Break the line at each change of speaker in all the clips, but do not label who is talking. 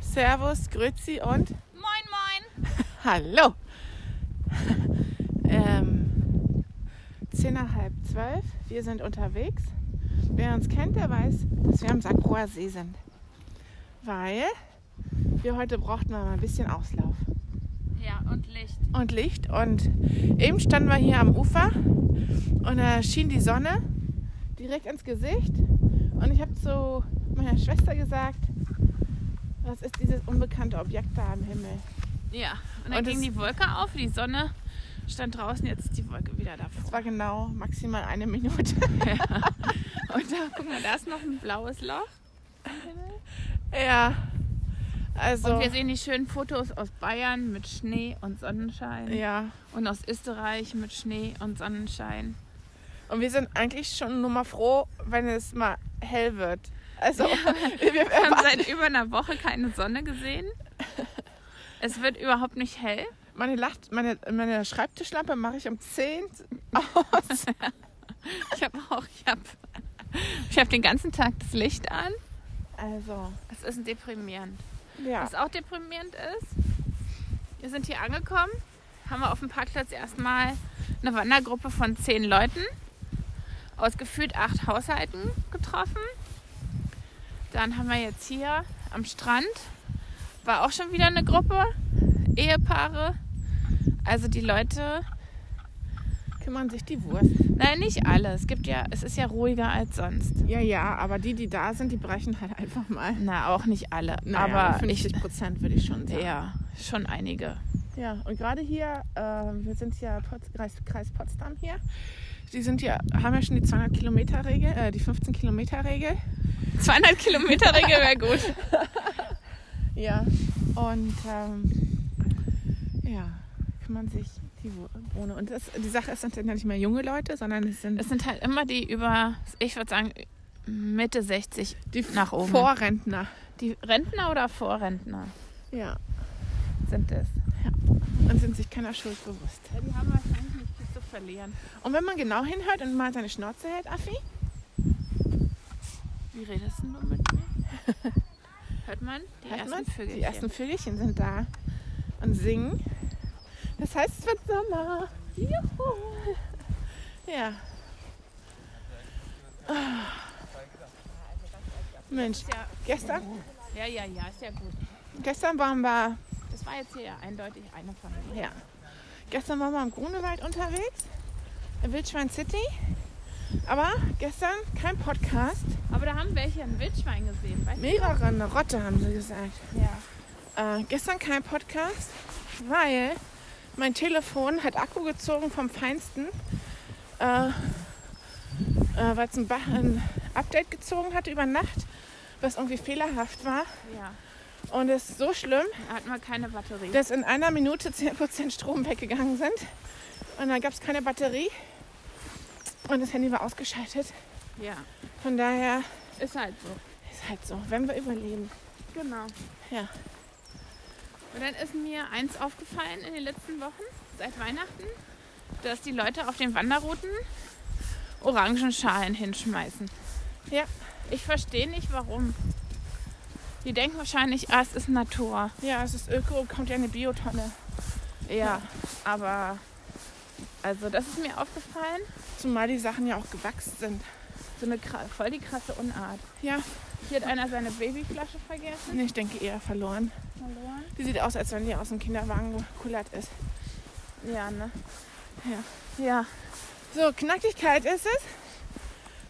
Servus, Grüzi und
Moin, moin.
Hallo. ähm, zehn nach halb zwölf. Wir sind unterwegs. Wer uns kennt, der weiß, dass wir am Sakroer See sind. Weil wir heute brauchten wir mal ein bisschen Auslauf
Ja, und Licht.
und Licht. Und eben standen wir hier am Ufer und da schien die Sonne direkt ins Gesicht. Und ich habe zu meiner Schwester gesagt, was ist dieses unbekannte Objekt da am Himmel?
Ja, und dann
Und
ging
es-
die Wolke auf, die Sonne stand draußen, jetzt ist die Wolke wieder
Es
davor.
war genau maximal eine Minute.
Und da, guck mal, da ist noch ein blaues Loch.
ja. Also.
Und wir sehen die schönen Fotos aus Bayern mit Schnee und Sonnenschein.
ja.
Und aus Österreich mit Schnee und Sonnenschein.
Und wir sind eigentlich schon nur mal froh, wenn es mal hell wird. Also, wir
Wir haben
erwarten-
seit über einer Woche keine Sonne gesehen. Es wird überhaupt nicht hell.
meine, Lacht, meine, meine Schreibtischlampe mache ich um 10 aus.
Ich habe auch, ich habe ich hab den ganzen Tag das Licht an.
Also,
Es ist deprimierend.
ja.
Was auch deprimierend ist, wir sind hier angekommen, haben wir auf dem Parkplatz erstmal eine Wandergruppe von zehn Leuten aus gefühlt acht Haushalten getroffen. Dann haben wir jetzt hier am Strand, war auch schon wieder eine Gruppe, Ehepaare. Also die Leute,
Kümmern sich die Wurst.
nein, nicht alle. Es gibt ja, es ist ja ruhiger als sonst.
Ja, ja, aber die, die da sind, die brechen halt einfach mal.
Na, auch nicht alle,
Naja,
aber ich,
Prozent würde ich schon
ja, schon einige.
Ja, und gerade hier, äh, wir sind ja Pots Kreis, Kreis Potsdam hier. Die sind ja, haben ja schon die 200 Kilometer Regel, äh, die 15 Kilometer Regel.
200 Kilometer Regel wäre gut.
Ja. Und ähm, ja, kümmern sich die Wo- Bohne. Und das, die Sache ist, es sind ja nicht mehr junge Leute, sondern es sind
Es sind halt immer die über, ich würde sagen, Mitte 60
die
nach oben.
Vorrentner.
Die Rentner oder Vorrentner
Ja.
sind es.
Und sind sich keiner Schuld bewusst.
die haben wahrscheinlich nicht viel zu verlieren.
Und wenn man genau hinhört und mal seine Schnauze hält, Affi,
Wie redest denn du mit mir? Hört man? Die
hört
ersten
man,
Vögelchen.
die ersten Vögelchen sind da und singen. Das heißt, es wird Sommer. Juhu. Ja. Ah. Mensch,
Ja,
gestern,
ja, ja, ja, ist ja gut.
gestern waren wir
Das war jetzt hier ja eindeutig eine Familie.
Ja. Gestern waren wir im Grunewald unterwegs, in Wildschwein City. Aber gestern kein Podcast.
Aber da haben welche ein Wildschwein gesehen, weißt
Mehrere eine Rotte, haben sie gesagt.
du? Ja.
Äh, gestern kein Podcast, weil mein Telefon hat Akku gezogen vom Feinsten, äh, äh, weil es ein, Ba- ein Update gezogen hat über Nacht, was irgendwie fehlerhaft war.
Ja.
Und es ist so schlimm,
Da hatten wir keine Batterie.
dass in einer Minute 10% Strom weggegangen sind. Und dann gab es keine Batterie. Und das Handy war ausgeschaltet.
ja.
Von daher
Ist halt so.
ist halt so, wenn wir überleben.
Genau.
Ja.
Und dann ist mir eins aufgefallen in den letzten Wochen, seit Weihnachten, dass die Leute auf den Wanderrouten Orangenschalen hinschmeißen.
Ja.
Ich verstehe nicht warum. Die denken wahrscheinlich, ah, es ist Natur.
Ja, es ist Öko, kommt ja eine Biotonne.
Ja. Aber, also das ist mir aufgefallen.
Zumal die Sachen ja auch gewachsen sind.
So eine kra- voll die krasse Unart.
Ja,
Hier hat einer seine Babyflasche vergessen.
nee, ich denke eher verloren.
Verloren.
Die sieht aus, als wenn die aus dem Kinderwagen gekullert ist.
Ja, ne? Ja. Ja.
So, Knackigkeit ist es.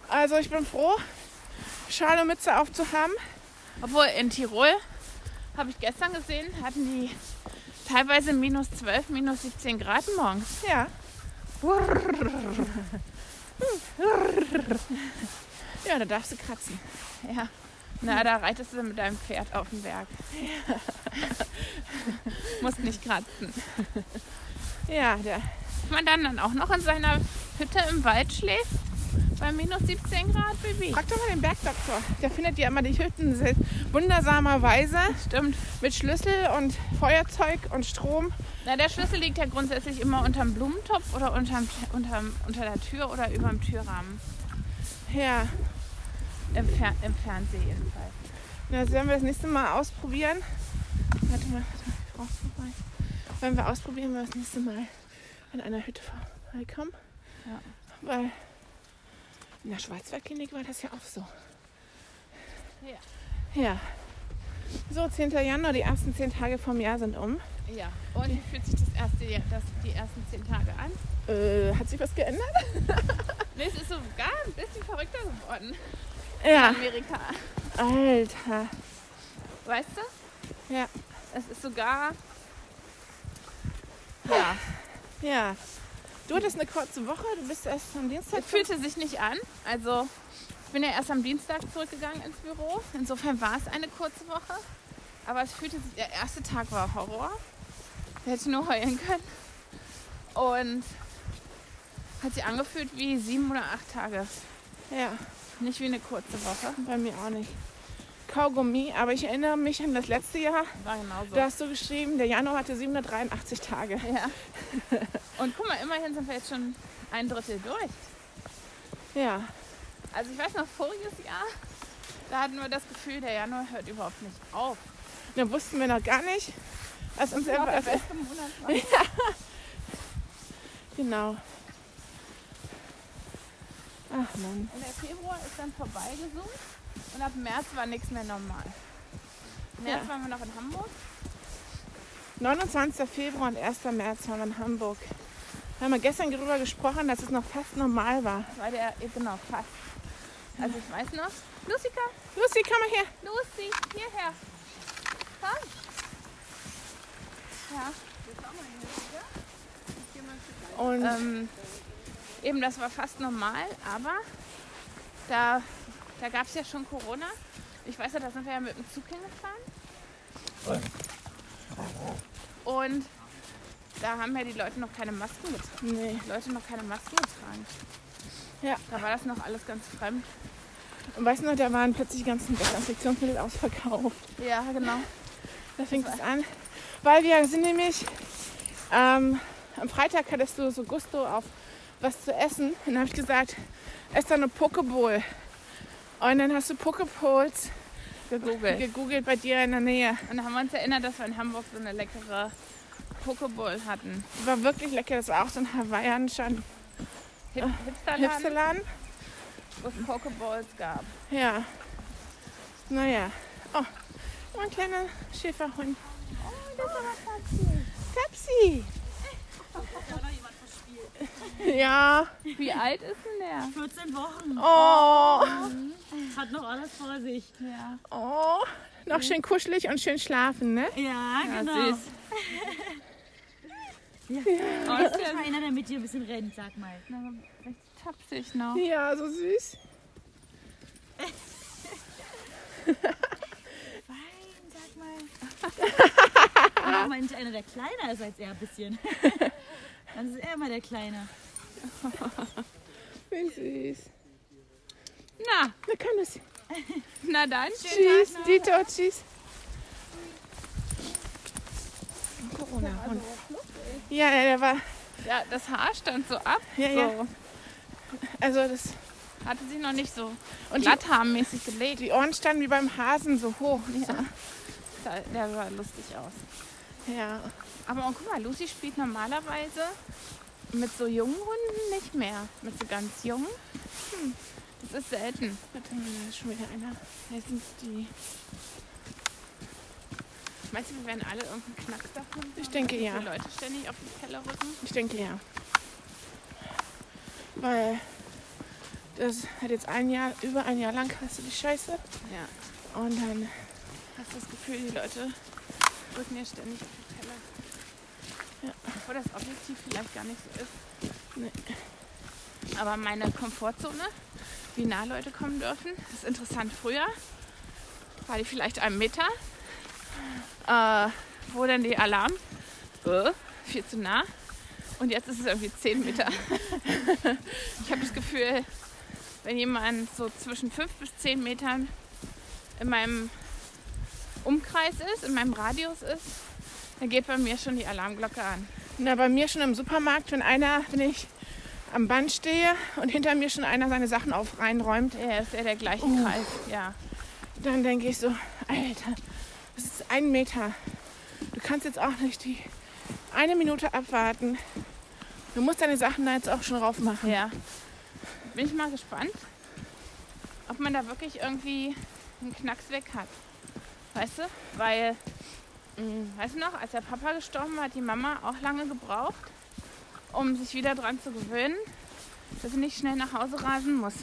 Also ich bin froh, Schal und Mütze aufzuhaben.
Obwohl in Tirol, habe ich gestern gesehen, hatten die teilweise minus 12, minus 17 Grad morgens.
Ja. Ja, da darfst du kratzen.
Ja. Na, da reitest du mit deinem Pferd auf den Berg. Musst nicht kratzen.
Ja, der,
Wenn man dann, dann auch noch in seiner Hütte im Wald schläft, bei minus 17 Grad, Baby.
frag doch mal den Bergdoktor. Der findet ja immer die Hütten se- wundersamerweise
Stimmt.
mit Schlüssel und Feuerzeug und Strom.
Na, der Schlüssel liegt ja grundsätzlich immer unterm Blumentopf oder unterm, unterm, unter der Tür oder überm Türrahmen.
Ja,
Im, Fer Im Fernsehen jedenfalls.
Na, das werden wir das nächste Mal ausprobieren. Warte mal, warte mal, ich brauch's noch mal. Werden wir ausprobieren, wenn wir das nächste Mal an einer Hütte vorbeikommen.
Ja.
Weil in der Schwarzwaldklinik war das ja auch so. Ja. Ja. So, 10. Januar, die ersten 10 Tage vom Jahr sind um.
Ja. Und wie fühlt sich das erste, Jahr- das, die ersten zehn Tage an?
Äh, hat sich was geändert?
Nee, es ist sogar ein bisschen verrückter geworden
Ja.
in Amerika.
Alter.
Weißt du?
Ja.
Es ist sogar. Ja.
Ja. Du hattest eine kurze Woche, du bist erst am Dienstag.
Es fühlte sich nicht an. Also, ich bin ja erst am Dienstag zurückgegangen ins Büro. Insofern war es eine kurze Woche. Aber es fühlte sich. Der erste Tag war Horror. Ich hätte nur heulen können. Und hat sich angefühlt wie sieben oder acht Tage.
Ja,
Nicht wie eine kurze Woche.
bei mir auch nicht. Kaugummi, aber ich erinnere mich an das letzte Jahr.
War genauso.
Da hast du geschrieben, der Januar hatte 783 Tage.
Ja. Und guck mal, immerhin sind wir jetzt schon ein Drittel durch.
Ja,
Also ich weiß noch, voriges Jahr, da hatten wir das Gefühl, der Januar hört überhaupt nicht auf.
da wussten wir noch gar nicht, als uns
Das war der
einfach.
beste Monat. war.
Genau. Ach Mann.
Und der Februar ist dann vorbeigezoomt und ab März war nichts mehr normal. Im März
Ja.
waren wir noch in Hamburg.
29. Februar und 1. März waren wir in Hamburg. Da haben wir gestern darüber gesprochen, dass es noch fast normal war.
War der, eh, genau, fast. Also ich weiß noch, Lusika,
Lucy, komm mal her.
Lucy, hierher. Komm. Ja.
Und
Ähm, eben, das war fast normal, aber da, da gab es ja schon Corona. Ich weiß ja, da sind wir ja mit dem Zug hingefahren. Und da haben ja die Leute noch keine Masken getragen.
nee.
Leute noch keine Masken getragen.
Ja.
Da war das noch alles ganz fremd.
Und weißt du noch, da waren plötzlich die ganzen Desinfektionsmittel ausverkauft.
Ja, genau.
Da fängt es an. Weil wir sind nämlich, ähm, am Freitag hattest du so Gusto auf was zu essen. Und dann habe ich gesagt, ess dann eine Pokeball. Und dann hast du Pokeballs
Gegoogelt.
gegoogelt bei dir in der Nähe.
Und da haben wir uns erinnert, dass wir in Hamburg so eine leckere Pokeball hatten.
Die war wirklich lecker. Das war auch so ein hawaiianischer
Hip Hipsterladen,
Hipsterladen.
wo es Pokeballs gab.
Ja. Naja. Oh, oh, ein kleiner Schäferhund. Oh, das ist aber Tapsi. Tapsi. Ja.
Wie alt ist denn der?
14 Wochen.
Oh.
Hat noch alles vor sich.
Ja.
Oh. Noch schön kuschelig und schön schlafen, ne?
Ja,
Ja,
genau.
süß. Oh, ist
Mal
der
einer, der mit dir ein bisschen rennt, sag mal.
richtig tapsig noch.
Ja, so süß.
Fein, sag mal.
Ah.
Aber manch einer, der kleiner ist als er ein bisschen. Dann ist er immer der Kleine.
Wie süß.
Na,
Na, kann es.
na dann.
Tschüss, Dito, tschüss. Corona-Hund. Ja, ja, der war.
Ja, das Haar stand so ab.
Ja,
so.
ja. Also, das,
Hatte sich noch nicht so
Und die-
glatthaarmäßig gelegt.
die Ohren standen wie beim Hasen so hoch.
Ja. Da- Der sah lustig aus.
Ja.
Aber oh, guck mal, Lucy spielt normalerweise mit so jungen Hunden nicht mehr. Mit so ganz jungen. Hm. Das ist selten.
Warte mal, da ist schon wieder einer.
Hier sind die. Meinst du, wir werden alle irgendeinen Knack davon haben?
Ich denke,
dass
ja.
Die Leute ständig auf die Teller rücken.
Ich denke ja. Weil das hat jetzt ein Jahr, über ein Jahr lang hast du die Scheiße.
Ja.
Und dann,
Hast du das Gefühl, die Leute rücken ja ständig auf die Teller?
Ja.
Obwohl das objektiv vielleicht gar nicht so ist.
Nee.
Aber meine Komfortzone, wie nah Leute kommen dürfen, ist interessant. Früher war die vielleicht ein Meter, äh, wo dann die Alarm, äh, viel zu nah. Und jetzt ist es irgendwie 10 Meter. ich habe das Gefühl, wenn jemand so zwischen 5 bis 10 Metern in meinem Umkreis ist, in meinem Radius ist, dann geht bei mir schon die Alarmglocke an.
na, bei mir schon im Supermarkt, wenn einer, wenn ich am Band stehe und hinter mir schon einer seine Sachen auf reinräumt,
Ja, ist ja der gleiche Kreis, ja.
dann denke ich so, Alter, das ist ein Meter. Du kannst jetzt auch nicht die eine Minute abwarten. Du musst deine Sachen da jetzt auch schon rauf machen.
Ja. Bin ich mal gespannt, ob man da wirklich irgendwie einen Knacks weg hat. Weißt du? Weil, mh, weißt du noch, als der Papa gestorben war, hat die Mama auch lange gebraucht, um sich wieder dran zu gewöhnen, dass sie nicht schnell nach Hause rasen muss.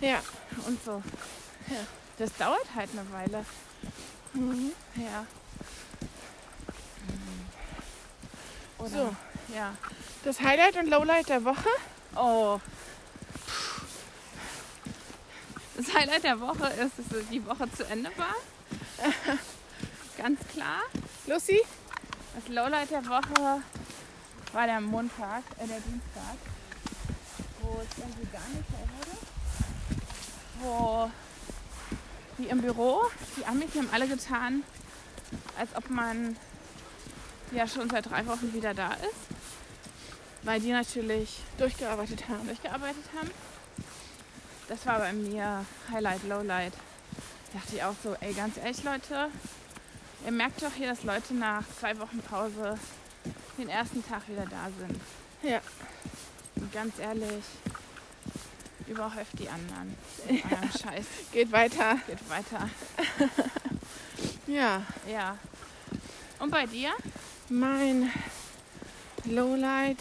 Ja.
und so. Das dauert halt eine Weile. Ja. Oder,
So,
Ja.
das Highlight und Lowlight der Woche.
Oh. Das Highlight der Woche ist, dass die Woche zu Ende war. Ganz klar.
Lucy,
Das Lowlight der Woche war der Montag, äh, der Dienstag, wo es irgendwie gar nicht mehr wurde. Wo die im Büro, die Amis die haben alle getan, als ob man ja schon seit drei Wochen wieder da ist. Weil die natürlich
durchgearbeitet haben.
durchgearbeitet haben. Das war bei mir Highlight, Lowlight. Dachte ich auch so, ey, ganz ehrlich, Leute, ihr merkt doch hier, dass Leute nach zwei Wochen Pause den ersten Tag wieder da sind.
Ja.
Und ganz ehrlich, überhäuft die anderen. Mit eurem Scheiß,
Geht weiter.
geht weiter.
Ja,
Ja. Und bei dir?
mein Lowlight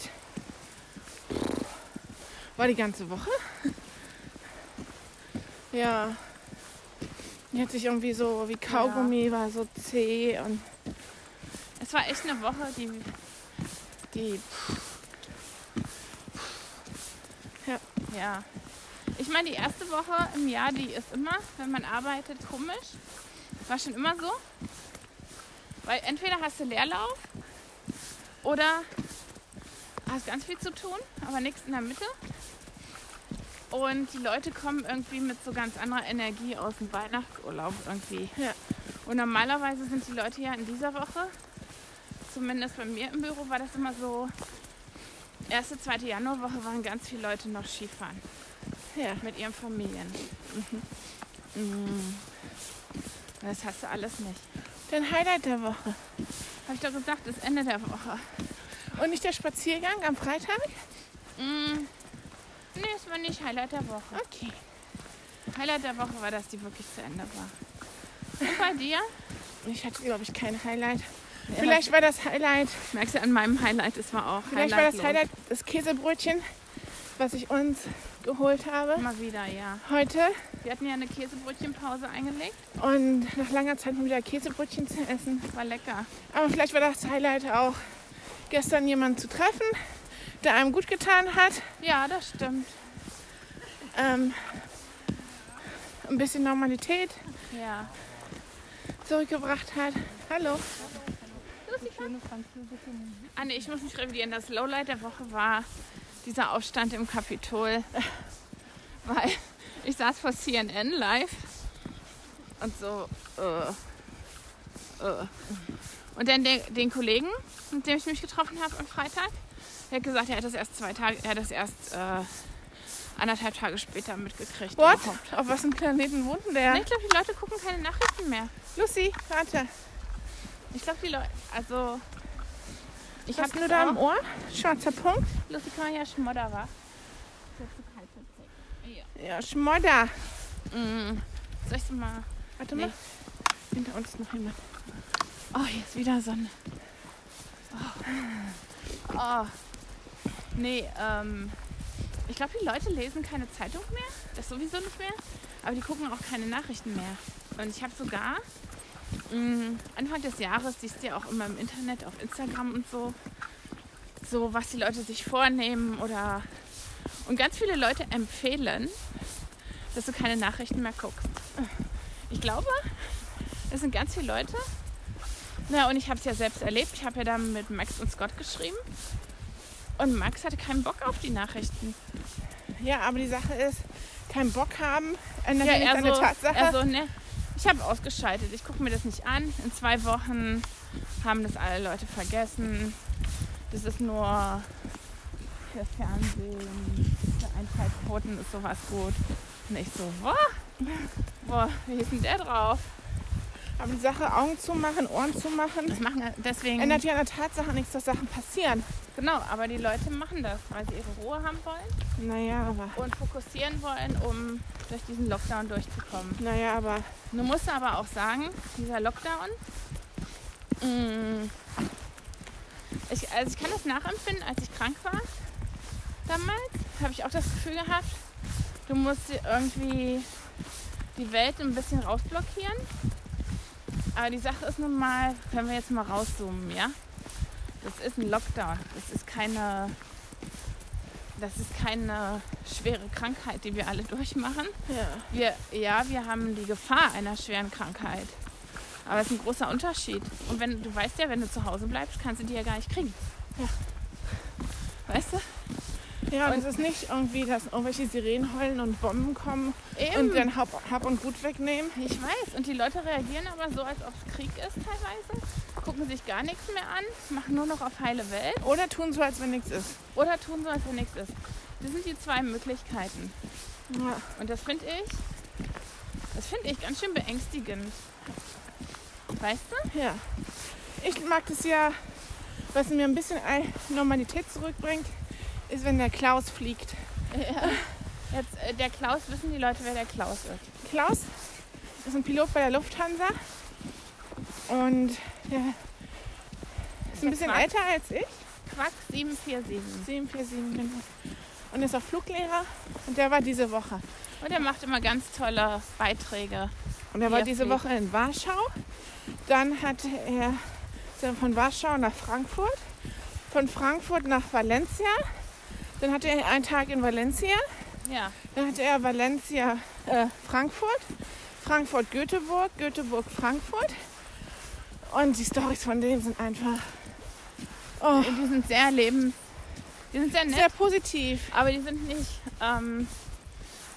war die ganze Woche. Ja. Die hat sich irgendwie so wie Kaugummi war so zäh und
Es war echt eine Woche, die, die.
Ja.
Ja. Ich meine, die erste Woche im Jahr, die ist immer, wenn man arbeitet, komisch. War schon immer so. Weil entweder hast du Leerlauf oder hast ganz viel zu tun, aber nichts in der Mitte. Und die Leute kommen irgendwie mit so ganz anderer Energie aus dem Weihnachtsurlaub irgendwie.
Ja.
Und normalerweise sind die Leute ja in dieser Woche, zumindest bei mir im Büro, war das immer so, erste, zweite Januarwoche waren ganz viele Leute noch Skifahren
ja.
mit ihren Familien. Mhm. Mhm. Das hast du alles nicht.
Dein Highlight der Woche.
Habe ich doch gesagt, das Ende der Woche.
Und nicht der Spaziergang am Freitag?
Mhm. Nee, es war nicht Highlight der Woche.
Okay.
Highlight der Woche war, dass die wirklich zu Ende war. Und bei dir?
Ich hatte, glaube ich, kein Highlight. Vielleicht war das Highlight,
Merkst du an meinem Highlight, es war auch
vielleicht war das
highlightlos.
Highlight das Käsebrötchen, was ich uns geholt habe
Mal wieder, ja.
heute.
Wir hatten ja eine Käsebrötchenpause eingelegt.
Und nach langer Zeit mal wieder Käsebrötchen zu essen.
War lecker.
Aber vielleicht war das Highlight auch, gestern jemanden zu treffen, der einem gut getan hat.
Ja, das stimmt.
Ähm, ein bisschen Normalität
Ja.
zurückgebracht hat. Hallo.
Ah, nee, ich muss mich revidieren. Das Lowlight der Woche war dieser Aufstand im Kapitol. Weil ich saß vor CNN live und so, äh, äh. Und dann den, den Kollegen, mit dem ich mich getroffen habe am Freitag, der hat gesagt, er hat das erst zwei Tage, er hat das erst äh, anderthalb Tage später mitgekriegt.
What?
überhaupt.
Auf was im Planeten wohnt denn der?
Nee, ich glaube, die Leute gucken keine Nachrichten mehr.
Lucy, warte.
Ich glaube, die Leute, also, ich
Ich hab
habe
nur da im Ohr. Schwarzer Punkt.
Lucy kann man ja Schmodder, wa?
Ja, Schmodder.
Mm. Soll ich so mal.
Warte
Nee.
mal. Hinter uns noch jemand.
Oh, hier ist wieder Sonne. Oh. oh. Nee, ähm. Ich glaube, die Leute lesen keine Zeitung mehr. Das sowieso nicht mehr. Aber die gucken auch keine Nachrichten mehr. Und ich habe sogar mm, Anfang des Jahres, siehst du ja auch immer im Internet, auf Instagram und so, so was die Leute sich vornehmen oder. Und ganz viele Leute empfehlen, dass du keine Nachrichten mehr guckst. Ich glaube, es sind ganz viele Leute, na, und ich habe es ja selbst erlebt. Ich habe ja dann mit Max und Scott geschrieben. Und Max hatte keinen Bock auf die Nachrichten.
Ja, aber die Sache ist, kein Bock haben ändert
Ja,
ja, nicht
er
an der
so,
Tatsache.
er so, ne, ich habe ausgeschaltet. Ich gucke mir das nicht an. In zwei Wochen haben das alle Leute vergessen. Das ist nur fürs Fernsehen, für Einschaltquoten ist sowas gut. Und ich so, what? Boah, wie ist denn der drauf?
Aber die Sache, Augen zu machen, Ohren zu machen,
Das machen deswegen.
ändert ja an der Tatsache nichts, dass Sachen passieren.
Äh, Genau, aber die Leute machen das, weil sie ihre Ruhe haben wollen
Naja, aber.
und fokussieren wollen, um durch diesen Lockdown durchzukommen.
Naja, aber.
Nun musst du aber auch sagen, dieser Lockdown, mm, ich, also ich kann das nachempfinden, als ich krank war damals, habe ich auch das Gefühl gehabt, du musst dir irgendwie die Welt ein bisschen rausblockieren. Aber die Sache ist nun mal, wenn wir jetzt mal rauszoomen, ja? Das ist ein Lockdown. Das ist keine, das ist keine schwere Krankheit, die wir alle durchmachen.
Ja.
Wir, ja, wir haben die Gefahr einer schweren Krankheit. Aber es ist ein großer Unterschied. Und wenn du weißt ja, wenn du zu Hause bleibst, kannst du die ja gar nicht kriegen. Weißt du?
Ja, und, es ist nicht irgendwie, dass irgendwelche Sirenen heulen und Bomben kommen
Eben.
und dann Hab, Hab und Gut wegnehmen.
ich weiß. Und die Leute reagieren aber so, als ob es Krieg ist teilweise. Gucken sich gar nichts mehr an, machen nur noch auf heile Welt
Oder tun so, als wenn nichts ist.
oder tun so, als wenn nichts ist. Das sind die zwei Möglichkeiten.
Ja.
Und das finde ich, das finde ich ganz schön beängstigend. Weißt du?
ja. Ich mag das ja, was mir ein bisschen Ei- Normalität zurückbringt, ist, wenn der Klaus fliegt.
Ja. Jetzt, äh, der Klaus, wissen die Leute, wer der Klaus ist?
Klaus ist ein Pilot bei der Lufthansa und der ist ein bisschen
Quack.
älter als ich.
Quack 747.
747, genau. Und ist auch Fluglehrer und der war diese Woche.
Und er macht immer ganz tolle Beiträge.
Und er war
Ja,
diese
fliegt.
Woche in Warschau. Dann hat er ist er von Warschau nach Frankfurt, von Frankfurt nach Valencia. Dann hatte er einen Tag in Valencia.
Ja,
Dann hatte er Valencia, äh, Frankfurt, Frankfurt, Göteborg, Göteborg, Frankfurt. Und die Stories von denen sind einfach oh,
die sind sehr lebens... Die sind sehr nett,
sehr positiv.
aber die sind nicht ähm,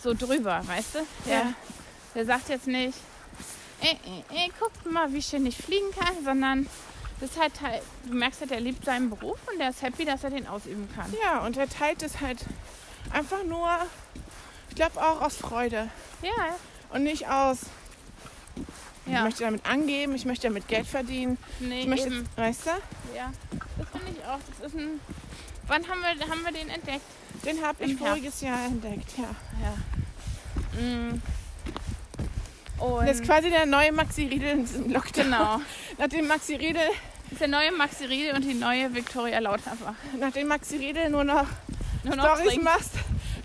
so drüber, weißt du? Der,
Ja.
der sagt jetzt nicht, äh, äh, äh, guck mal, wie schön ich fliegen kann, sondern das ist halt, halt, du merkst halt, er liebt seinen Beruf und er ist happy, dass er den ausüben kann.
Ja, und er teilt es halt einfach nur, ich glaube auch aus Freude
Ja,
und nicht aus, ich
ja.
möchte damit angeben, ich möchte damit Geld verdienen.
Nee,
Ich möchte,
eben.
jetzt, weißt du,
Ja, das finde ich auch. Das ist ein. Wann haben wir, haben wir den entdeckt?
den habe ich
Im Herbst.
voriges Jahr entdeckt, ja.
Ja. Mm.
Und das ist
Und
quasi der neue Maxi Riedel in diesem Lockdown.
genau.
Nachdem Maxi Riedel,
Das ist der neue Maxi Riedel und die neue Victoria Lauterbach.
nachdem Maxi Riedel nur noch
Nur noch
Stories
trinken
machst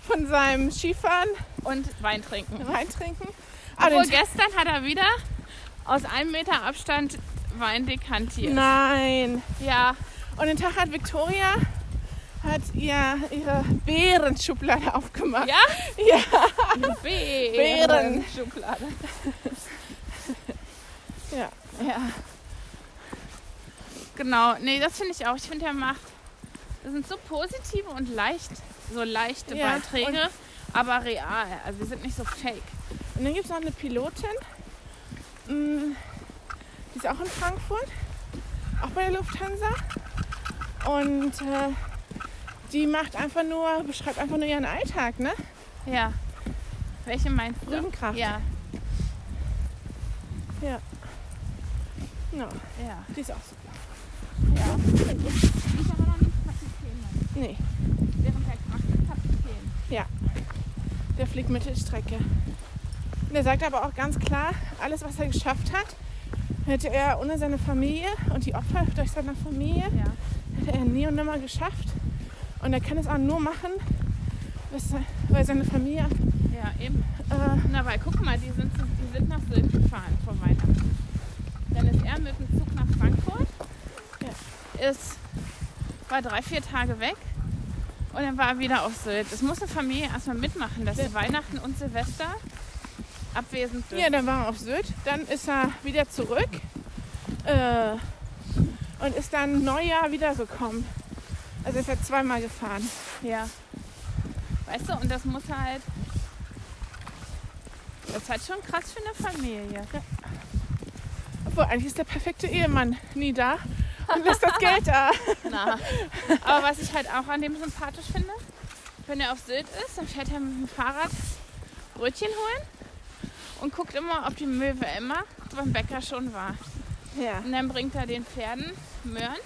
von seinem Skifahren,
und Wein trinken.
Wein trinken. Ah,
Obwohl
den
gestern hat er wieder aus einem Meter Abstand Wein dekantiert.
Nein.
Ja,
Und den Tag hat Victoria hat ihr ihre Bärenschublade aufgemacht.
Ja? Beeren.
Beeren.
Schokolade.
Ja.
Ja. Genau, nee, das finde ich auch. Ich finde, er macht. Das sind so positive und leicht, so leichte
Ja,
Beiträge, aber real. Also die sind nicht so fake.
Und dann gibt es noch eine Pilotin, mm, die ist auch in Frankfurt, auch bei der Lufthansa. Und äh, die macht einfach nur, beschreibt einfach nur ihren Alltag, ne?
Ja. Welche meinst du?
Rübenkraft.
Ja,
Ja,
ja.
die ist auch super.
Ich aber noch nicht Kapitän.
Nee,
Während der Kraft ist Kapitän.
der fliegt Mittelstrecke. Und er sagt aber auch ganz klar, alles was er geschafft hat, hätte er ohne seine Familie und die Opfer durch seine Familie
Ja.
hätte er nie und nimmer geschafft. Und er kann es auch nur machen, was er- weil seine Familie
Ja, eben.
äh,
Na, weil guck mal, die sind, zu- die sind nach Sylt gefahren vor Weihnachten. Dann ist er mit dem Zug nach Frankfurt, ist, war drei, vier Tage weg und dann war er wieder auf Sylt. Das muss eine Familie erstmal mitmachen, dass sie Weihnachten und Silvester abwesend sind.
Ja, dann war er auf Sylt, dann ist er wieder zurück äh, und ist dann Neujahr wiedergekommen. Also ist er zweimal gefahren.
Ja. Weißt du, und das muss halt. Das ist halt schon krass für eine Familie.
Obwohl, eigentlich ist der perfekte Ehemann nie da und lässt das Geld da.
Na. Aber was ich halt auch an dem sympathisch finde, wenn er auf Sylt ist, dann fährt er mit dem Fahrrad Brötchen holen und guckt immer, ob die Möwe immer beim Bäcker schon war.
Ja.
Und dann bringt er den Pferden Möhren.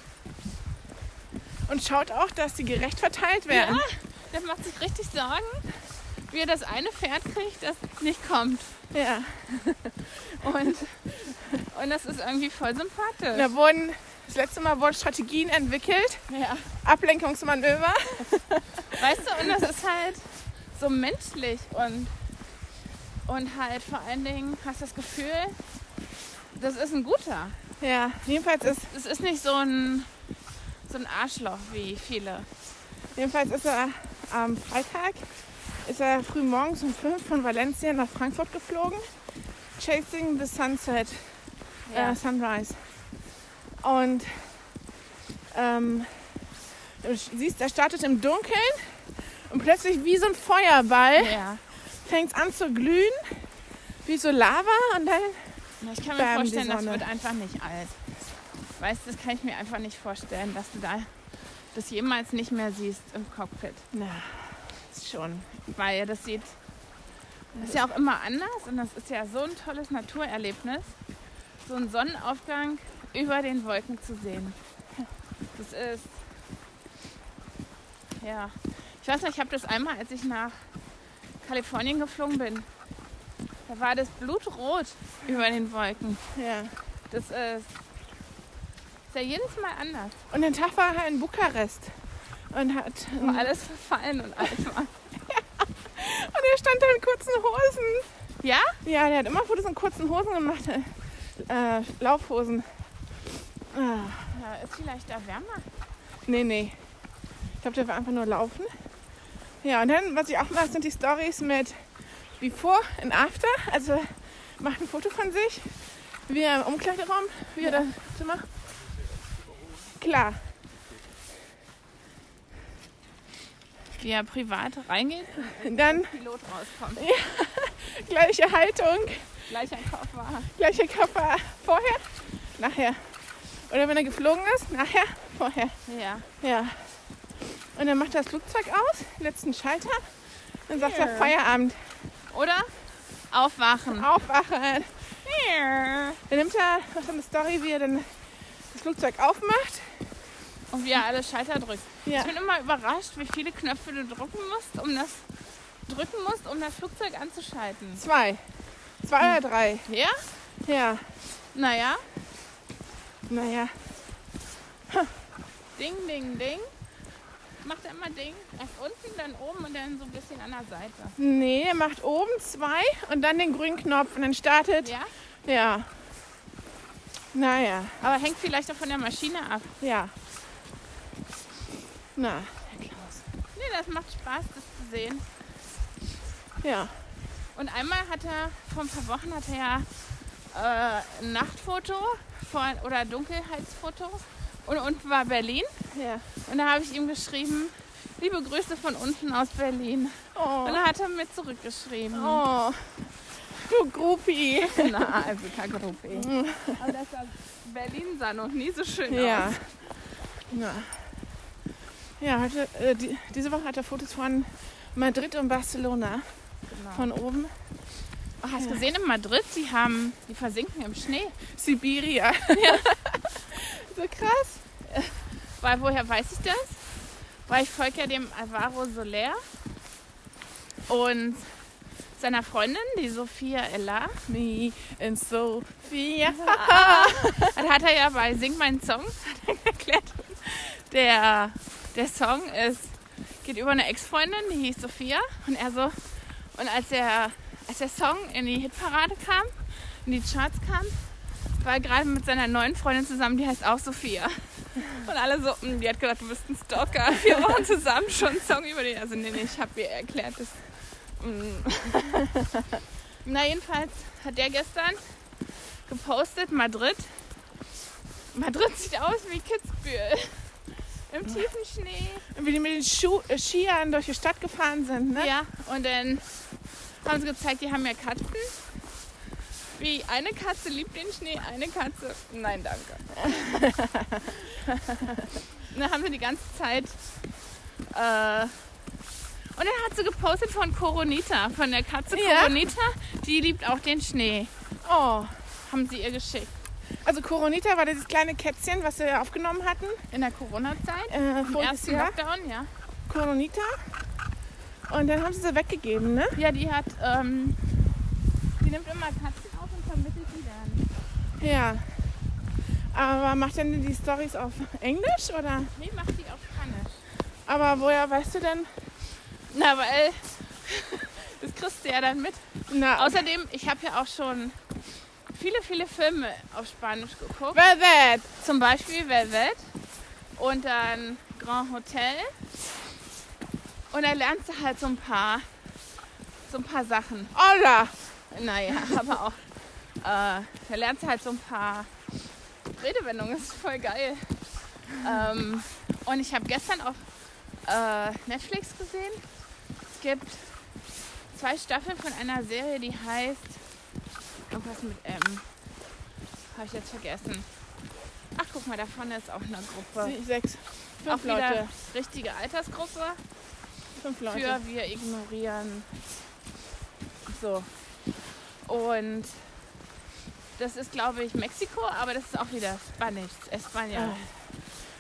Und schaut auch, dass die gerecht verteilt werden.
Der macht sich richtig Sorgen, wie er das eine Pferd kriegt, das nicht kommt.
Ja.
Und, und das ist irgendwie voll sympathisch.
Da wurden, das letzte Mal wurden Strategien entwickelt,
Ja.
Ablenkungsmanöver.
Weißt du, und das ist halt so menschlich und, und halt vor allen Dingen hast du das Gefühl, das ist ein guter.
Ja, jedenfalls ist,
Es ist nicht so ein, so ein Arschloch wie viele.
jedenfalls ist er am Freitag, ist er früh morgens um 5 von Valencia nach Frankfurt geflogen. Chasing the Sunset, äh, Sunrise. Und ähm, du siehst, er startet im Dunkeln und plötzlich wie so ein Feuerball
Äh, ja.
fängt es an zu glühen, wie so Lava und dann
Na, Ich kann mir
Bam, die
vorstellen, das
Sonne.
wird einfach nicht alt. Weißt du, das kann ich mir einfach nicht vorstellen, dass du da das jemals nicht mehr siehst im Cockpit.
Na, ist schon.
Weil das sieht, das ist ja auch immer anders und das ist ja so ein tolles Naturerlebnis, so einen Sonnenaufgang über den Wolken zu sehen. Das ist, ja, ich weiß noch, ich habe das einmal, als ich nach Kalifornien geflogen bin, da war das blutrot über den Wolken.
Ja.
Das ist, ist ja jedes Mal anders.
Und den Tag war er in Bukarest und hat
Wo alles verfallen und alt war.
und er stand da in kurzen Hosen.
Ja?
Ja, der hat immer Fotos in kurzen Hosen gemacht, äh, Laufhosen. Ah,
ja? Ist vielleicht da wärmer.
nee, nee. Ich glaube, der war einfach nur laufen. Ja, und dann, was ich auch mache, sind die Stories mit Before und After. Also er macht ein Foto von sich, wie er im Umkleideraum, wie er das Zimmer. Klar.
Wie er privat reingeht,
Und dann
Pilot rauskommt.
gleiche Haltung.
Gleich ein Koffer.
gleicher Körper vorher, nachher. Oder wenn er geflogen ist, nachher, vorher.
Ja.
Ja. Und dann macht er das Flugzeug aus, letzten Schalter. Dann sagt
Ja.
er Feierabend,
Oder aufwachen.
aufwachen. Dann nimmt er, macht er eine Story, wie er dann das Flugzeug aufmacht.
Und wie er alle Schalter drückt.
Ja.
Ich bin immer überrascht, wie viele Knöpfe du drücken musst, um das drücken musst, um das Flugzeug anzuschalten.
Zwei. Zwei oder drei.
Ja?
Ja.
Naja.
Naja.
Ding, ding, ding. Macht er immer Ding. Erst unten, dann oben und dann so ein bisschen an der Seite.
Nee, er macht oben zwei und dann den grünen Knopf und dann startet.
Ja?
Ja. Naja.
Aber hängt vielleicht auch von der Maschine ab.
Ja. Na, Herr Klaus.
Nee, das macht Spaß, das zu sehen.
Ja.
Und einmal hat er, vor ein paar Wochen hat er ja äh, ein Nachtfoto vor, oder Dunkelheitsfoto und unten war Berlin.
Ja.
Und da habe ich ihm geschrieben, liebe Grüße von unten aus Berlin. Und
Oh.
dann hat er mir zurückgeschrieben.
oh. Du Gruppi.
Na, also Kakarope. Aber das war, Berlin sah noch nie so schön
Ja.
aus.
Genau. Na. Ja, heute, äh, die, diese Woche hat er Fotos von Madrid und Barcelona
Genau.
von oben.
Oh, hast du gesehen in Madrid, die haben, die versinken im Schnee.
Sibiria.
So krass. Weil woher weiß ich das? Weil ich folge ja dem Alvaro Soler und seiner Freundin, die Sophia Ella.
Me and Sophia.
Das hat er ja bei Sing meinen Song hat er erklärt. Der, der Song ist, geht über eine Ex-Freundin, die hieß Sophia. Und er so, und als der, als der Song in die Hitparade kam, in die Charts kam, war er gerade mit seiner neuen Freundin zusammen, die heißt auch Sophia. Und alle so, "Mm, die hat gedacht, du bist ein Stalker. Wir waren zusammen schon einen Song über den. Also nee, nee, ich habe ihr erklärt, das. mm. Na jedenfalls hat der gestern gepostet, Madrid. Madrid sieht aus wie Kitzbühel. Im tiefen Schnee.
Wie die mit den Schu äh, Skiern durch die Stadt gefahren sind, ne?
Ja, und dann haben sie gezeigt, die haben ja Katzen. Wie eine Katze liebt den Schnee, eine Katze. Nein, danke. und dann haben wir die ganze Zeit äh, Und dann hat sie gepostet von Coronita, von der Katze
Ja.
Coronita. Die liebt auch den Schnee.
Oh.
Haben sie ihr geschickt.
Also Coronita war dieses kleine Kätzchen, was wir aufgenommen hatten.
In der Corona-Zeit.
Äh,
Im
voriges
ersten
Jahr.
Lockdown, ja.
Coronita. Und dann haben sie sie weggegeben, ne?
Ja, die hat, ähm, die nimmt immer Katzen auf und vermittelt die dann.
Ja. Aber macht denn die Stories auf Englisch oder?
Nee, macht die auf Spanisch.
Aber woher weißt du denn?
Na, weil das kriegst du ja dann mit.
Na,
Außerdem, ich habe ja auch schon viele, viele Filme auf Spanisch geguckt.
Velvet.
Zum Beispiel Velvet und dann Grand Hotel. Und da lernst du halt so ein paar, so ein paar Sachen.
Hola.
Naja, aber auch, äh, da lernst du halt so ein paar Redewendungen. Das ist voll geil. Ähm, und ich habe gestern auf äh, Netflix gesehen, es gibt zwei Staffeln von einer Serie, die heißt irgendwas mit M. Habe ich jetzt vergessen. Ach, guck mal, da vorne ist auch eine Gruppe.
Sie- Sechs.
Auch
Fünf
wieder
Leute.
richtige Altersgruppe
Fünf Leute.
für wir ignorieren. So. Und das ist, glaube ich, Mexiko, aber das ist auch wieder Spanisch,
Ah.
Espanja.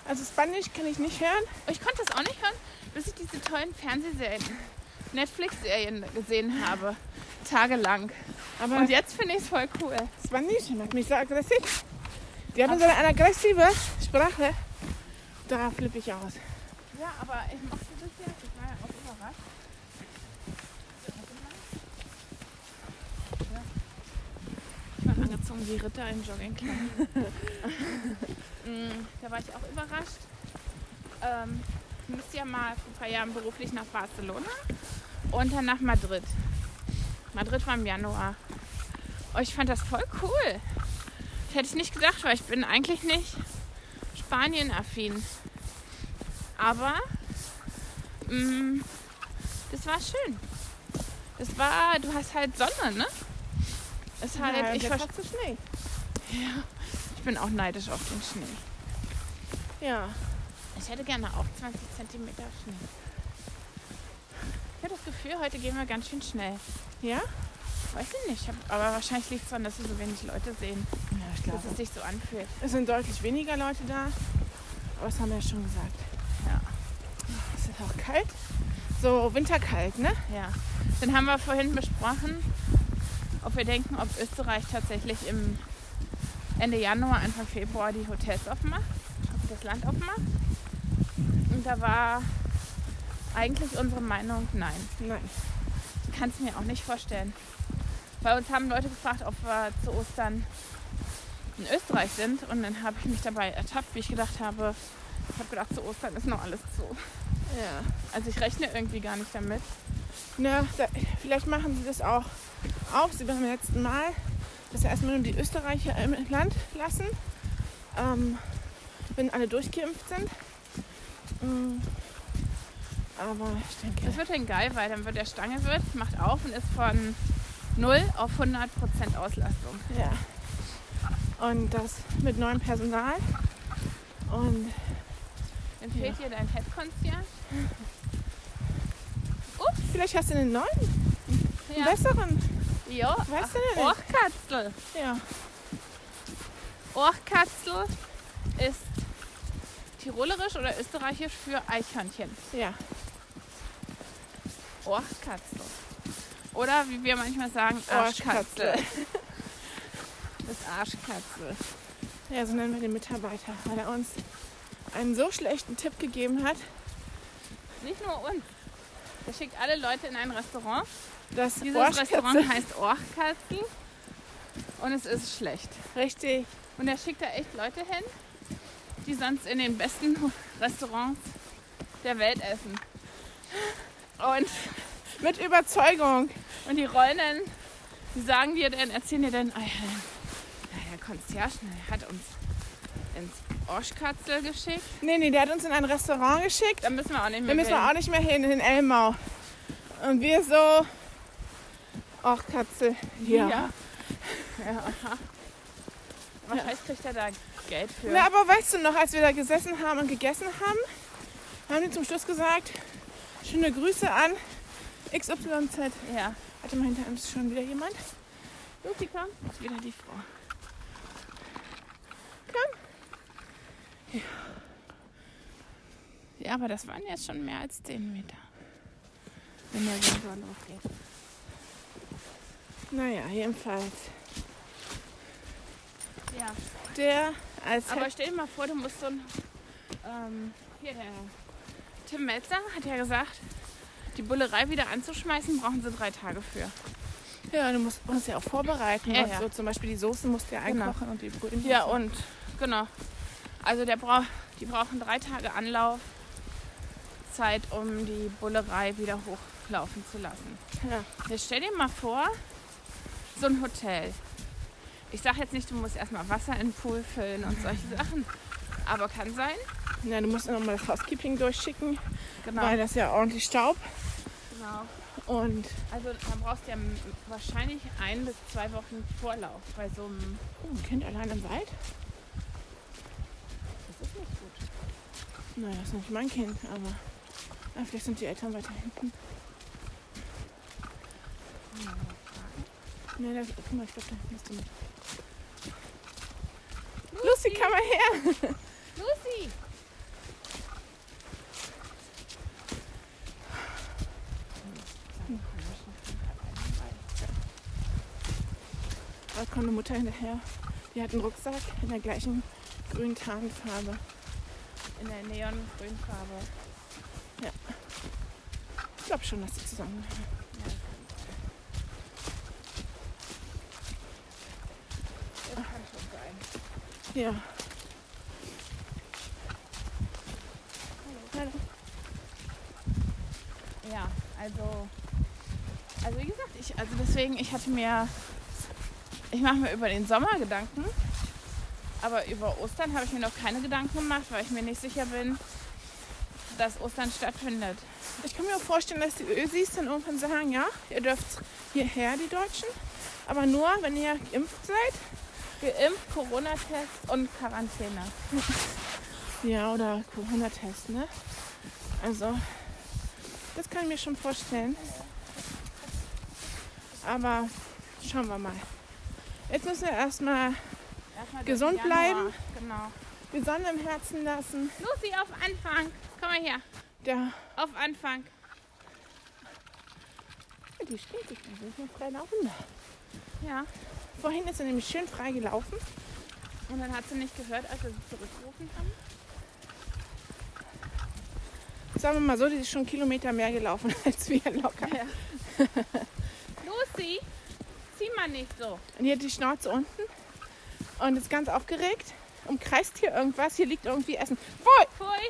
Also Spanisch kann ich nicht hören.
Ich konnte das auch nicht hören, bis ich diese tollen Fernsehserien, Netflix-Serien gesehen habe. Tagelang.
Aber
Und jetzt finde ich es voll cool.
Spanisch macht mich so aggressiv. Die haben so eine aggressive Sprache. Da flippe ich aus.
Ja, aber ich mache das jetzt. Ich war ja auch überrascht. Ich war angezogen wie Ritter in Joggingkleidung. Mm, da war ich auch überrascht. Ähm, ich musste ja mal vor ein paar Jahren beruflich nach Barcelona und dann nach Madrid. Madrid war im Januar. Und ich fand das voll cool. Das hätte ich nicht gedacht, weil ich bin eigentlich nicht Spanien-affin. Aber mh, das war schön. Das war, du hast halt Sonne, ne? Es halt,
Ja, und
ich,
jetzt
ver-
hast du Schnee.
ich bin auch neidisch auf den Schnee.
Ja.
Ich hätte gerne auch 20 cm Schnee. Ich habe das Gefühl, heute gehen wir ganz schön schnell.
Ja?
Weiß ich nicht, ich hab, aber wahrscheinlich liegt es daran, dass wir so wenig Leute sehen,
Ja, ich
dass es sich so anfühlt.
Es sind deutlich weniger Leute da. Aber das haben wir ja schon gesagt.
Ja.
Es ist auch kalt. So winterkalt, ne?
Ja. Dann haben wir vorhin besprochen, ob wir denken, ob Österreich tatsächlich im Ende Januar, Anfang Februar die Hotels aufmacht, ob das Land aufmacht. Und da war eigentlich unsere Meinung, nein.
Nein.
Ich kann es mir auch nicht vorstellen. Bei uns haben Leute gefragt, ob wir zu Ostern in Österreich sind. Und dann habe ich mich dabei ertappt, wie ich gedacht habe, ich habe gedacht, zu Ostern ist noch alles zu.
Ja.
Also ich rechne irgendwie gar nicht damit.
Na, Ne, da, vielleicht machen sie das auch auf, sie beim letzten Mal, dass sie erstmal nur die Österreicher im Land lassen, ähm, wenn alle durchgeimpft sind. Mm, Aber ich
Das
denke,
wird dann geil, weil dann wird der Stange wird, macht auf und ist von 0 auf 100 Prozent Auslastung.
ja. Und das mit neuem Personal. Und
Dann fehlt dir dein Headkonzert.
vielleicht hast du einen neuen, einen besseren.
Ja.
Weißt du
Ach,
denn nicht?
Orchkatzel.
Ja.
Orchkatzel ist tirolerisch oder österreichisch für Eichhörnchen.
Ja.
Orchkatzel. Oder wie wir manchmal sagen,
Arschkatzel.
Arschkatzel. Das Arschkatzel.
Ja, so nennen wir den Mitarbeiter, weil er uns einen so schlechten Tipp gegeben hat,
Nicht nur uns. Der schickt alle Leute in ein Restaurant.
dass
Dieses
Ohrschkatze-
Restaurant heißt Orchkatzel. Und es ist schlecht.
richtig
Und er schickt da echt Leute hin, die sonst in den besten Restaurants der Welt essen. Und
mit Überzeugung
Und die rollen dann, die sagen dir dann, erzählen dir dann, ah ja, ja, der Concierge ne, der hat uns ins Oschkatzel geschickt.
Nee, nee, der hat uns in ein Restaurant geschickt.
Da müssen wir auch nicht
Da
mehr
müssen wir auch
hin.
nicht mehr hin, in Elmau. Und wir so. Ach, Katze. Ja.
Ja. ja. aha. Wahrscheinlich kriegt er da Geld für.
Na, aber weißt du noch, als wir da gesessen haben und gegessen haben, haben die zum Schluss gesagt: Schöne Grüße an XYZ.
Ja.
Warte mal, hinter uns ist schon wieder jemand.
Gut, die kommt. Ist wieder die Frau. Komm. Ja. ja, aber das waren jetzt schon mehr als 10 Meter. Wenn der Wind so drauf geht.
Naja, jedenfalls.
Ja.
Der als
Aber stell dir mal vor, du musst so ein. Ähm, hier der Tim Metzer hat ja gesagt, die Bullerei wieder anzuschmeißen, brauchen sie drei Tage für.
Ja, du musst uns ja auch vorbereiten.
Ja,
und
ja.
So zum Beispiel die Soße musst du ja
Genau.
einkochen und die Brühen.
Ja, und genau. Also der brauch, die brauchen drei Tage Anlaufzeit, um die Bullerei wieder hochlaufen zu lassen.
Ja.
Jetzt stell dir mal vor, so ein Hotel. Ich sage jetzt nicht, du musst erstmal Wasser in den Pool füllen und solche Sachen. Aber kann sein.
Ja, du musst ja nochmal das Housekeeping durchschicken,
Genau.
weil das ja ordentlich Staub
genau.
und
Also dann brauchst du ja m- wahrscheinlich ein bis zwei Wochen Vorlauf bei so einem.
oh, ein Kind allein im Wald.
Das ist nicht gut.
Naja, das ist nicht mein Kind, aber ah, vielleicht sind die Eltern weiter hinten. Nee, da, guck mal, ich glaube, da hinten ist jemand. Lucy, komm mal her!
Lucy!
Da kommt eine Mutter hinterher. Die hat einen Rucksack in der gleichen grünen Tarnfarbe.
In der Neon-Grünfarbe.
Ich glaube schon, dass die zusammen
Das kann schon sein.
Ja.
Ja, also, also wie gesagt, ich, also deswegen, ich hatte mir, ich mache mir über den Sommer Gedanken, aber über Ostern habe ich mir noch keine Gedanken gemacht, weil ich mir nicht sicher bin, dass Ostern stattfindet.
Ich kann mir auch vorstellen, dass die Ösis dann irgendwann sagen, ja, ihr dürft hierher, die Deutschen. Aber nur, wenn ihr geimpft seid.
Geimpft, Corona-Test und Quarantäne.
Ja, oder Corona-Test, ne? Also, das kann ich mir schon vorstellen. Aber schauen wir mal. Jetzt müssen wir erstmal
Erstmal durch
Gesund
den Januar.
bleiben.
Genau.
die Sonne im Herzen lassen.
Lucy, auf Anfang. Komm mal her.
Der,
Auf Anfang.
die steht sich, da will ich mal frei laufen.
Ja.
Vorhin ist er nämlich schön frei gelaufen.
Und dann hat sie nicht gehört, als wir sie zurückgerufen haben.
Sagen wir mal so, die ist schon einen Kilometer mehr gelaufen als wir locker.
Lucy, zieh mal nicht so.
Und hier hat die Schnauze unten und ist ganz aufgeregt. Umkreist hier irgendwas. Hier liegt irgendwie Essen. Voll!
Pfui.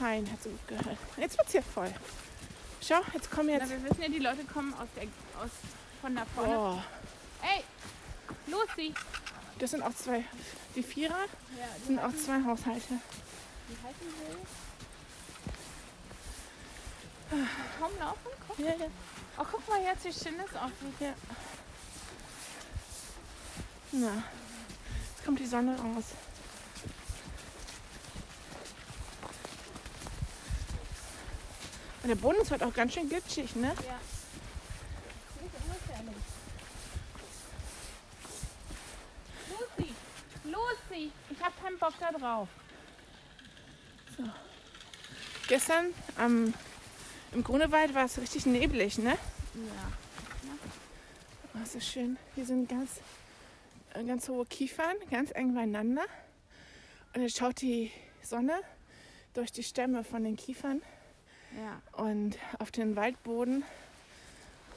Fein, hat sie gut gehört. Jetzt wird's hier voll. Schau, jetzt kommen
Na,
jetzt.
wir wissen ja, die Leute kommen aus der, aus, von da vorne.
Oh,
Ey, Lucy.
das sind auch zwei. Die Vierer
Ja,
sind auch zwei Haushalte.
die halten will. Komm, laufen, komm.
Ja, ja.
Oh, guck mal jetzt, wie schön das aussieht.
Na, jetzt kommt die Sonne raus. Und der Boden ist heute auch ganz schön glitschig, ne?
Ja. Lucy, Lucy, ich hab keinen Bock da drauf.
Gestern am, im Grunewald war es richtig neblig, ne?
Ja.
Oh, ist das schön. Hier sind ganz, äh, ganz hohe Kiefern, ganz eng beieinander. Und jetzt schaut die Sonne durch die Stämme von den Kiefern
Ja.
und auf den Waldboden.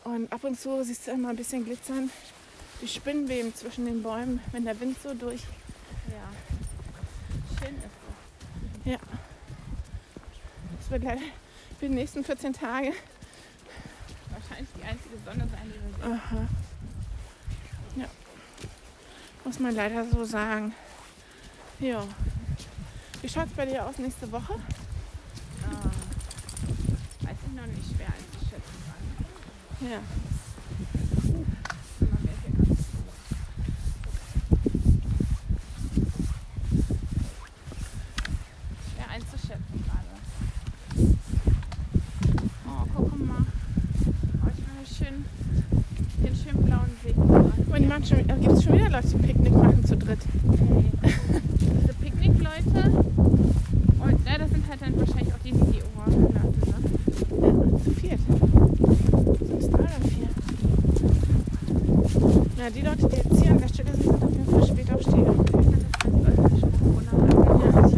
Und ab und zu siehst du immer ein bisschen glitzern. Die Spinnenweben zwischen den Bäumen, wenn der Wind so durch.
Ja. Schön ist es.
Das wird leider für die nächsten 14 Tage.
Wahrscheinlich die einzige Sonne sein, die wir sehen.
Aha. Ja. Muss man leider so sagen. Ja. Wie schaut es bei dir aus nächste Woche?
Äh, weiß ich noch nicht schwer einzuschätzen. wann.
Ja.
Man wird hier ganz schwer einzuschätzen gerade. Oh,
machen schon, äh, gibt's schon wieder Leute, die Picknick machen zu dritt.
Diese Picknickleute. Und ne, das sind halt dann wahrscheinlich auch die, die die Orangen ne?
Ja, zu viert. Sind es drei oder vier? Na, die Leute, die jetzt hier an der Stelle sind, sind auf jeden Fall spät aufstehen. Ja, ich hab gehört.
halt.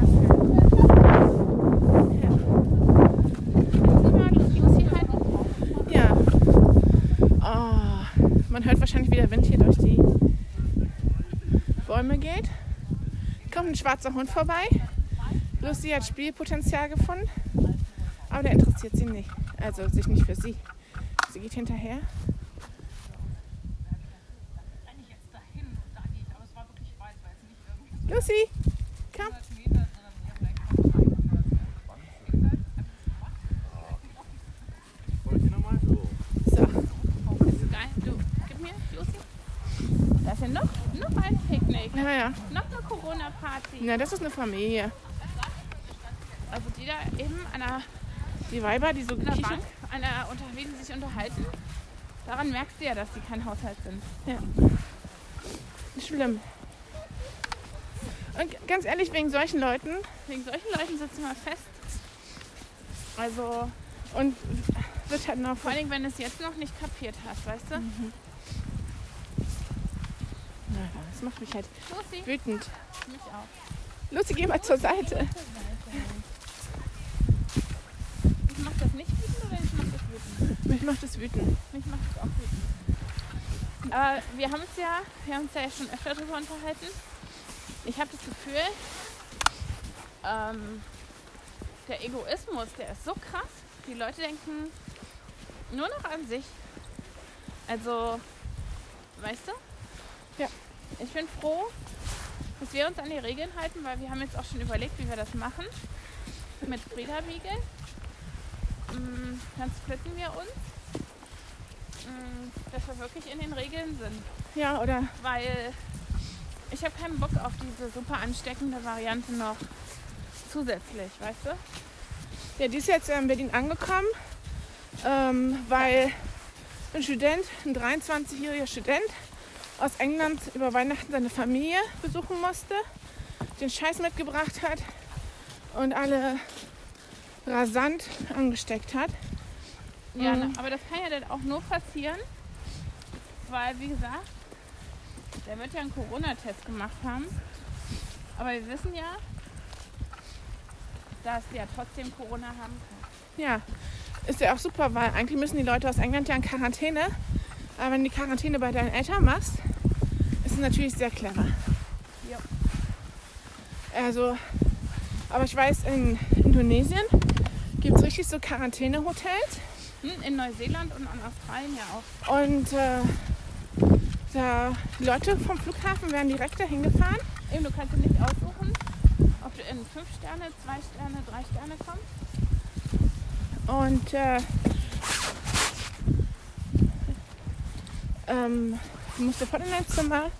Oh,
Ja. Oh, man hört wahrscheinlich, wie der Wind hier durch die Bäume geht. Kommt ein schwarzer Hund vorbei. Lucy hat Spielpotenzial gefunden, aber der interessiert sie nicht. Also sich nicht für sie. Sie geht hinterher. Lucy, komm. So,
Da ist ja noch, noch ein Picknick.
naja.
Noch eine Corona-Party.
Na, das ist eine Familie.
Also die da eben an einer,
Die Weiber, die so
an einer
kichern.
Bank, an einer unterwegs sich unterhalten. Daran merkst du ja, dass die kein Haushalt sind.
Nicht Schlimm. Und g- ganz ehrlich, wegen solchen Leuten
Wegen solchen Leuten sitzen wir fest.
Also, und wird halt noch
Vor allem, wenn du es jetzt noch nicht kapiert hast, weißt du?
Das macht mich halt
Lucy,
wütend.
mich auch.
Lucy, geh mal zur Seite.
Ich mach das nicht wütend oder ich mach das wütend?
Mich macht es wütend.
Mich macht das auch wütend. Aber wir haben uns ja, wir haben uns ja schon öfter darüber unterhalten. Ich habe das Gefühl, ähm, der Egoismus, der ist so krass. Die Leute denken nur noch an sich. Also, weißt du?
Ja.
Ich bin froh, dass wir uns an die Regeln halten, weil wir haben jetzt auch schon überlegt, wie wir das machen. Mit Frieda Wiegel. Mm, Dann splitten wir uns, Mm, dass wir wirklich in den Regeln sind
Ja, oder?
weil ich habe keinen Bock auf diese super ansteckende Variante noch zusätzlich, weißt du?
Ja, die ist jetzt in Berlin angekommen, ähm, weil ein Student, ein 23-jähriger Student aus England über Weihnachten seine Familie besuchen musste, den Scheiß mitgebracht hat und alle rasant angesteckt hat.
Ja,
Mhm.
ne, aber das kann ja dann auch nur passieren, weil, wie gesagt, der wird ja einen Corona-Test gemacht haben. Aber wir wissen ja, dass der trotzdem Corona haben kann.
Ja, ist ja auch super, weil eigentlich müssen die Leute aus England ja in Quarantäne. Aber wenn du die Quarantäne bei deinen Eltern machst, ist es natürlich sehr clever.
Ja.
Also, aber ich weiß, in Indonesien gibt es richtig so Quarantänehotels.
Hm, in Neuseeland und in Australien ja auch.
Und äh, da die Leute vom Flughafen werden direkt dahin gefahren.
Eben, du kannst dir nicht aussuchen, ob du in 5 Sterne, 2 Sterne, 3 Sterne kommst.
Und äh, ähm, du musst sofort in dein Zimmer,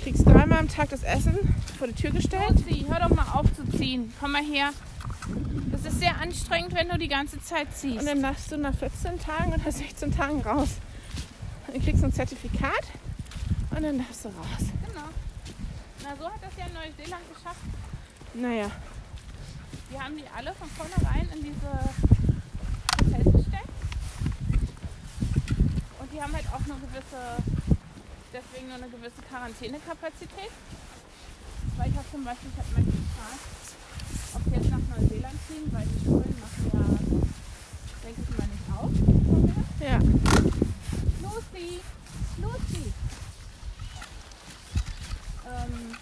kriegst dreimal am Tag das Essen vor die Tür gestellt.
Rosi, hör doch mal auf zu ziehen. Komm mal her. Das ist sehr anstrengend, wenn du die ganze Zeit ziehst.
Und dann darfst du nach 14 Tagen oder 16 Tagen raus. Dann kriegst du ein Zertifikat und dann darfst du raus.
Genau. Na, so hat das ja Neuseeland geschafft.
Naja,
Die haben die alle von vornherein in diese Hotels gesteckt. Und die haben halt auch eine gewisse, deswegen nur eine gewisse Quarantänekapazität. Weil ich habe zum Beispiel, ich habe mal gefragt, ob wir jetzt nach Neuseeland ziehen, weil die Schulen machen ja, denke ich mal, nicht auf. Von der
ja.
Lucy! Lucy! Ähm,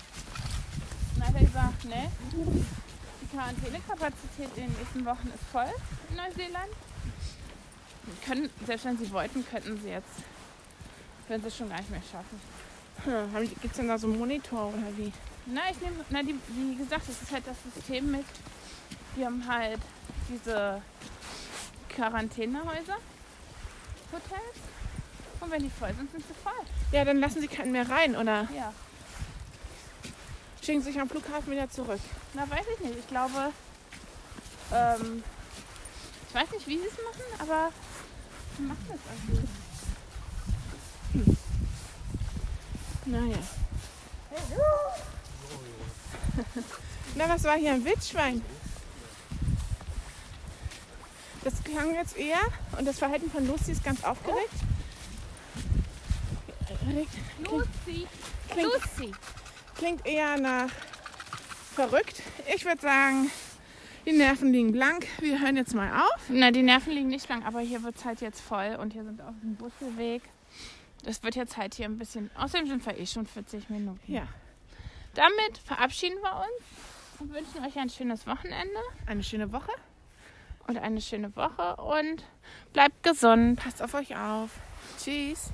dann hat er gesagt, ne? Die Quarantänekapazität in den nächsten Wochen ist voll in Neuseeland. Sie Können, selbst wenn sie wollten, könnten sie jetzt. Würden sie es schon gar nicht mehr schaffen.
Hm, Gibt es denn da so einen Monitor oder wie?
Na, ich nehme, na, die, wie gesagt, das ist halt das System mit, die haben halt diese Quarantänehäuser, Hotels. Und wenn die voll sind, sind sie voll.
Ja, dann lassen sie keinen mehr rein oder
Ja.
schicken sich am Flughafen wieder zurück.
Na, weiß ich nicht. Ich glaube, ähm, ich weiß nicht, wie sie es machen, aber sie machen es irgendwie. Hm.
Naja. Na, was war hier ein Wildschwein? Das klang jetzt eher und das Verhalten von Lucy ist ganz aufgeregt. Regt-
Lucy.
Klingt,
Lucy.
klingt eher nach verrückt. Ich würde sagen, die Nerven liegen blank. Wir hören jetzt mal auf.
Na, die Nerven liegen nicht lang, aber hier wird es halt jetzt voll und hier sind auch ein Busselweg. Das wird jetzt halt hier ein bisschen. Außerdem sind wir eh schon 40 Minuten.
Ja,
Damit verabschieden wir uns und wünschen euch ein schönes Wochenende
eine schöne Woche.
und eine schöne Woche und bleibt gesund.
Passt auf euch auf. Tschüss.